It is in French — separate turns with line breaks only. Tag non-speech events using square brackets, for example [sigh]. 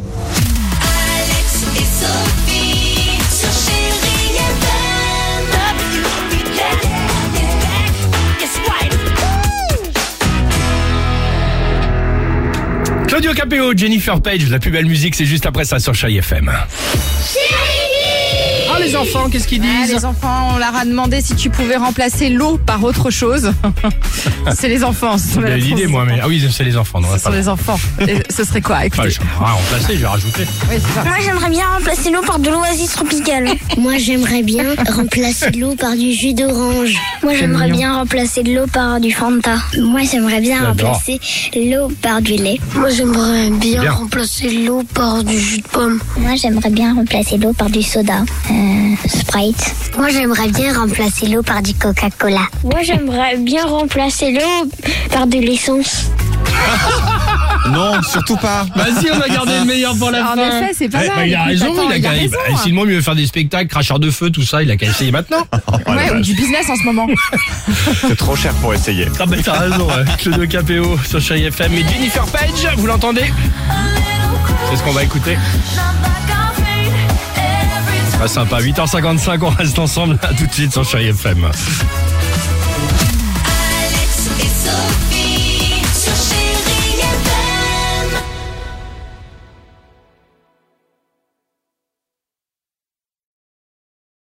Alex et Sophie sur Chérie FM.
Claudio Capéo, Jennifer Page, la plus belle musique, c'est juste après ça sur Chai FM. Ah les enfants, qu'est-ce qu'ils
Ah,
disent
les enfants, on leur a demandé si tu pouvais remplacer l'eau par autre
[laughs]
chose. c'est les enfants. ce sont
J'avais
les
l'idée
enfants.
moi, mais ah oui, c'est les enfants. Non,
Ce sont
pas-
les enfants. Et ce serait quoi
Ah,
Écoutez,
je ah, remplacer, j'ai rajouté.
oui, c'est ça.
Moi, j'aimerais bien remplacer l'eau par de l'oasis tropicale.
Moi, j'aimerais bien remplacer l'eau par du jus d'orange.
Moi, j'aimerais
mignon.
bien remplacer de l'eau par du Fanta. Moi, j'aimerais bien
J'adore.
remplacer l'eau par du lait.
Moi, j'aimerais bien,
Bien.
remplacer l'eau par du jus de pomme.
Moi, j'aimerais bien remplacer l'eau par du soda. euh, Sprite.
Moi, j'aimerais bien remplacer l'eau par du Coca-Cola.
Moi, j'aimerais bien remplacer l'eau par de l'essence.
Non, surtout pas.
Vas-y, on va garder le meilleur pour la
En
fin.
effet, c'est pas
Eh,
mal.
bah, il a
Écoute,
raison,
attends,
il a, qu'à- bah,
raison. hein.
si le monde veut faire des spectacles, cracheur de feu, tout ça, il a qu'à essayer maintenant.
Ouais, ou du business en ce moment.
C'est trop cher pour essayer.
Ah bah t'as raison, ouais. Claudio Capéo sur Chai FM et Jennifer Page, vous l'entendez C'est ce qu'on va écouter. Bah, Ah sympa, 8h55, on reste ensemble, à tout de suite sur Chai FM.